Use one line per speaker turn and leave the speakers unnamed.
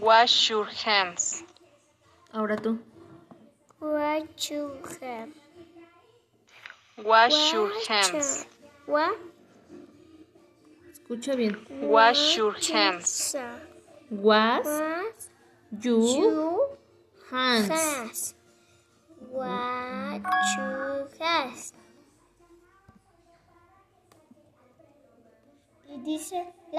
Wash your hands.
Ahora tú.
Wash your hands.
Wash your hands.
Wa-
Escucha bien.
Wash your hands.
sa-
Was
Wash
you
your
hands.
hands. Wash your hands. Y dice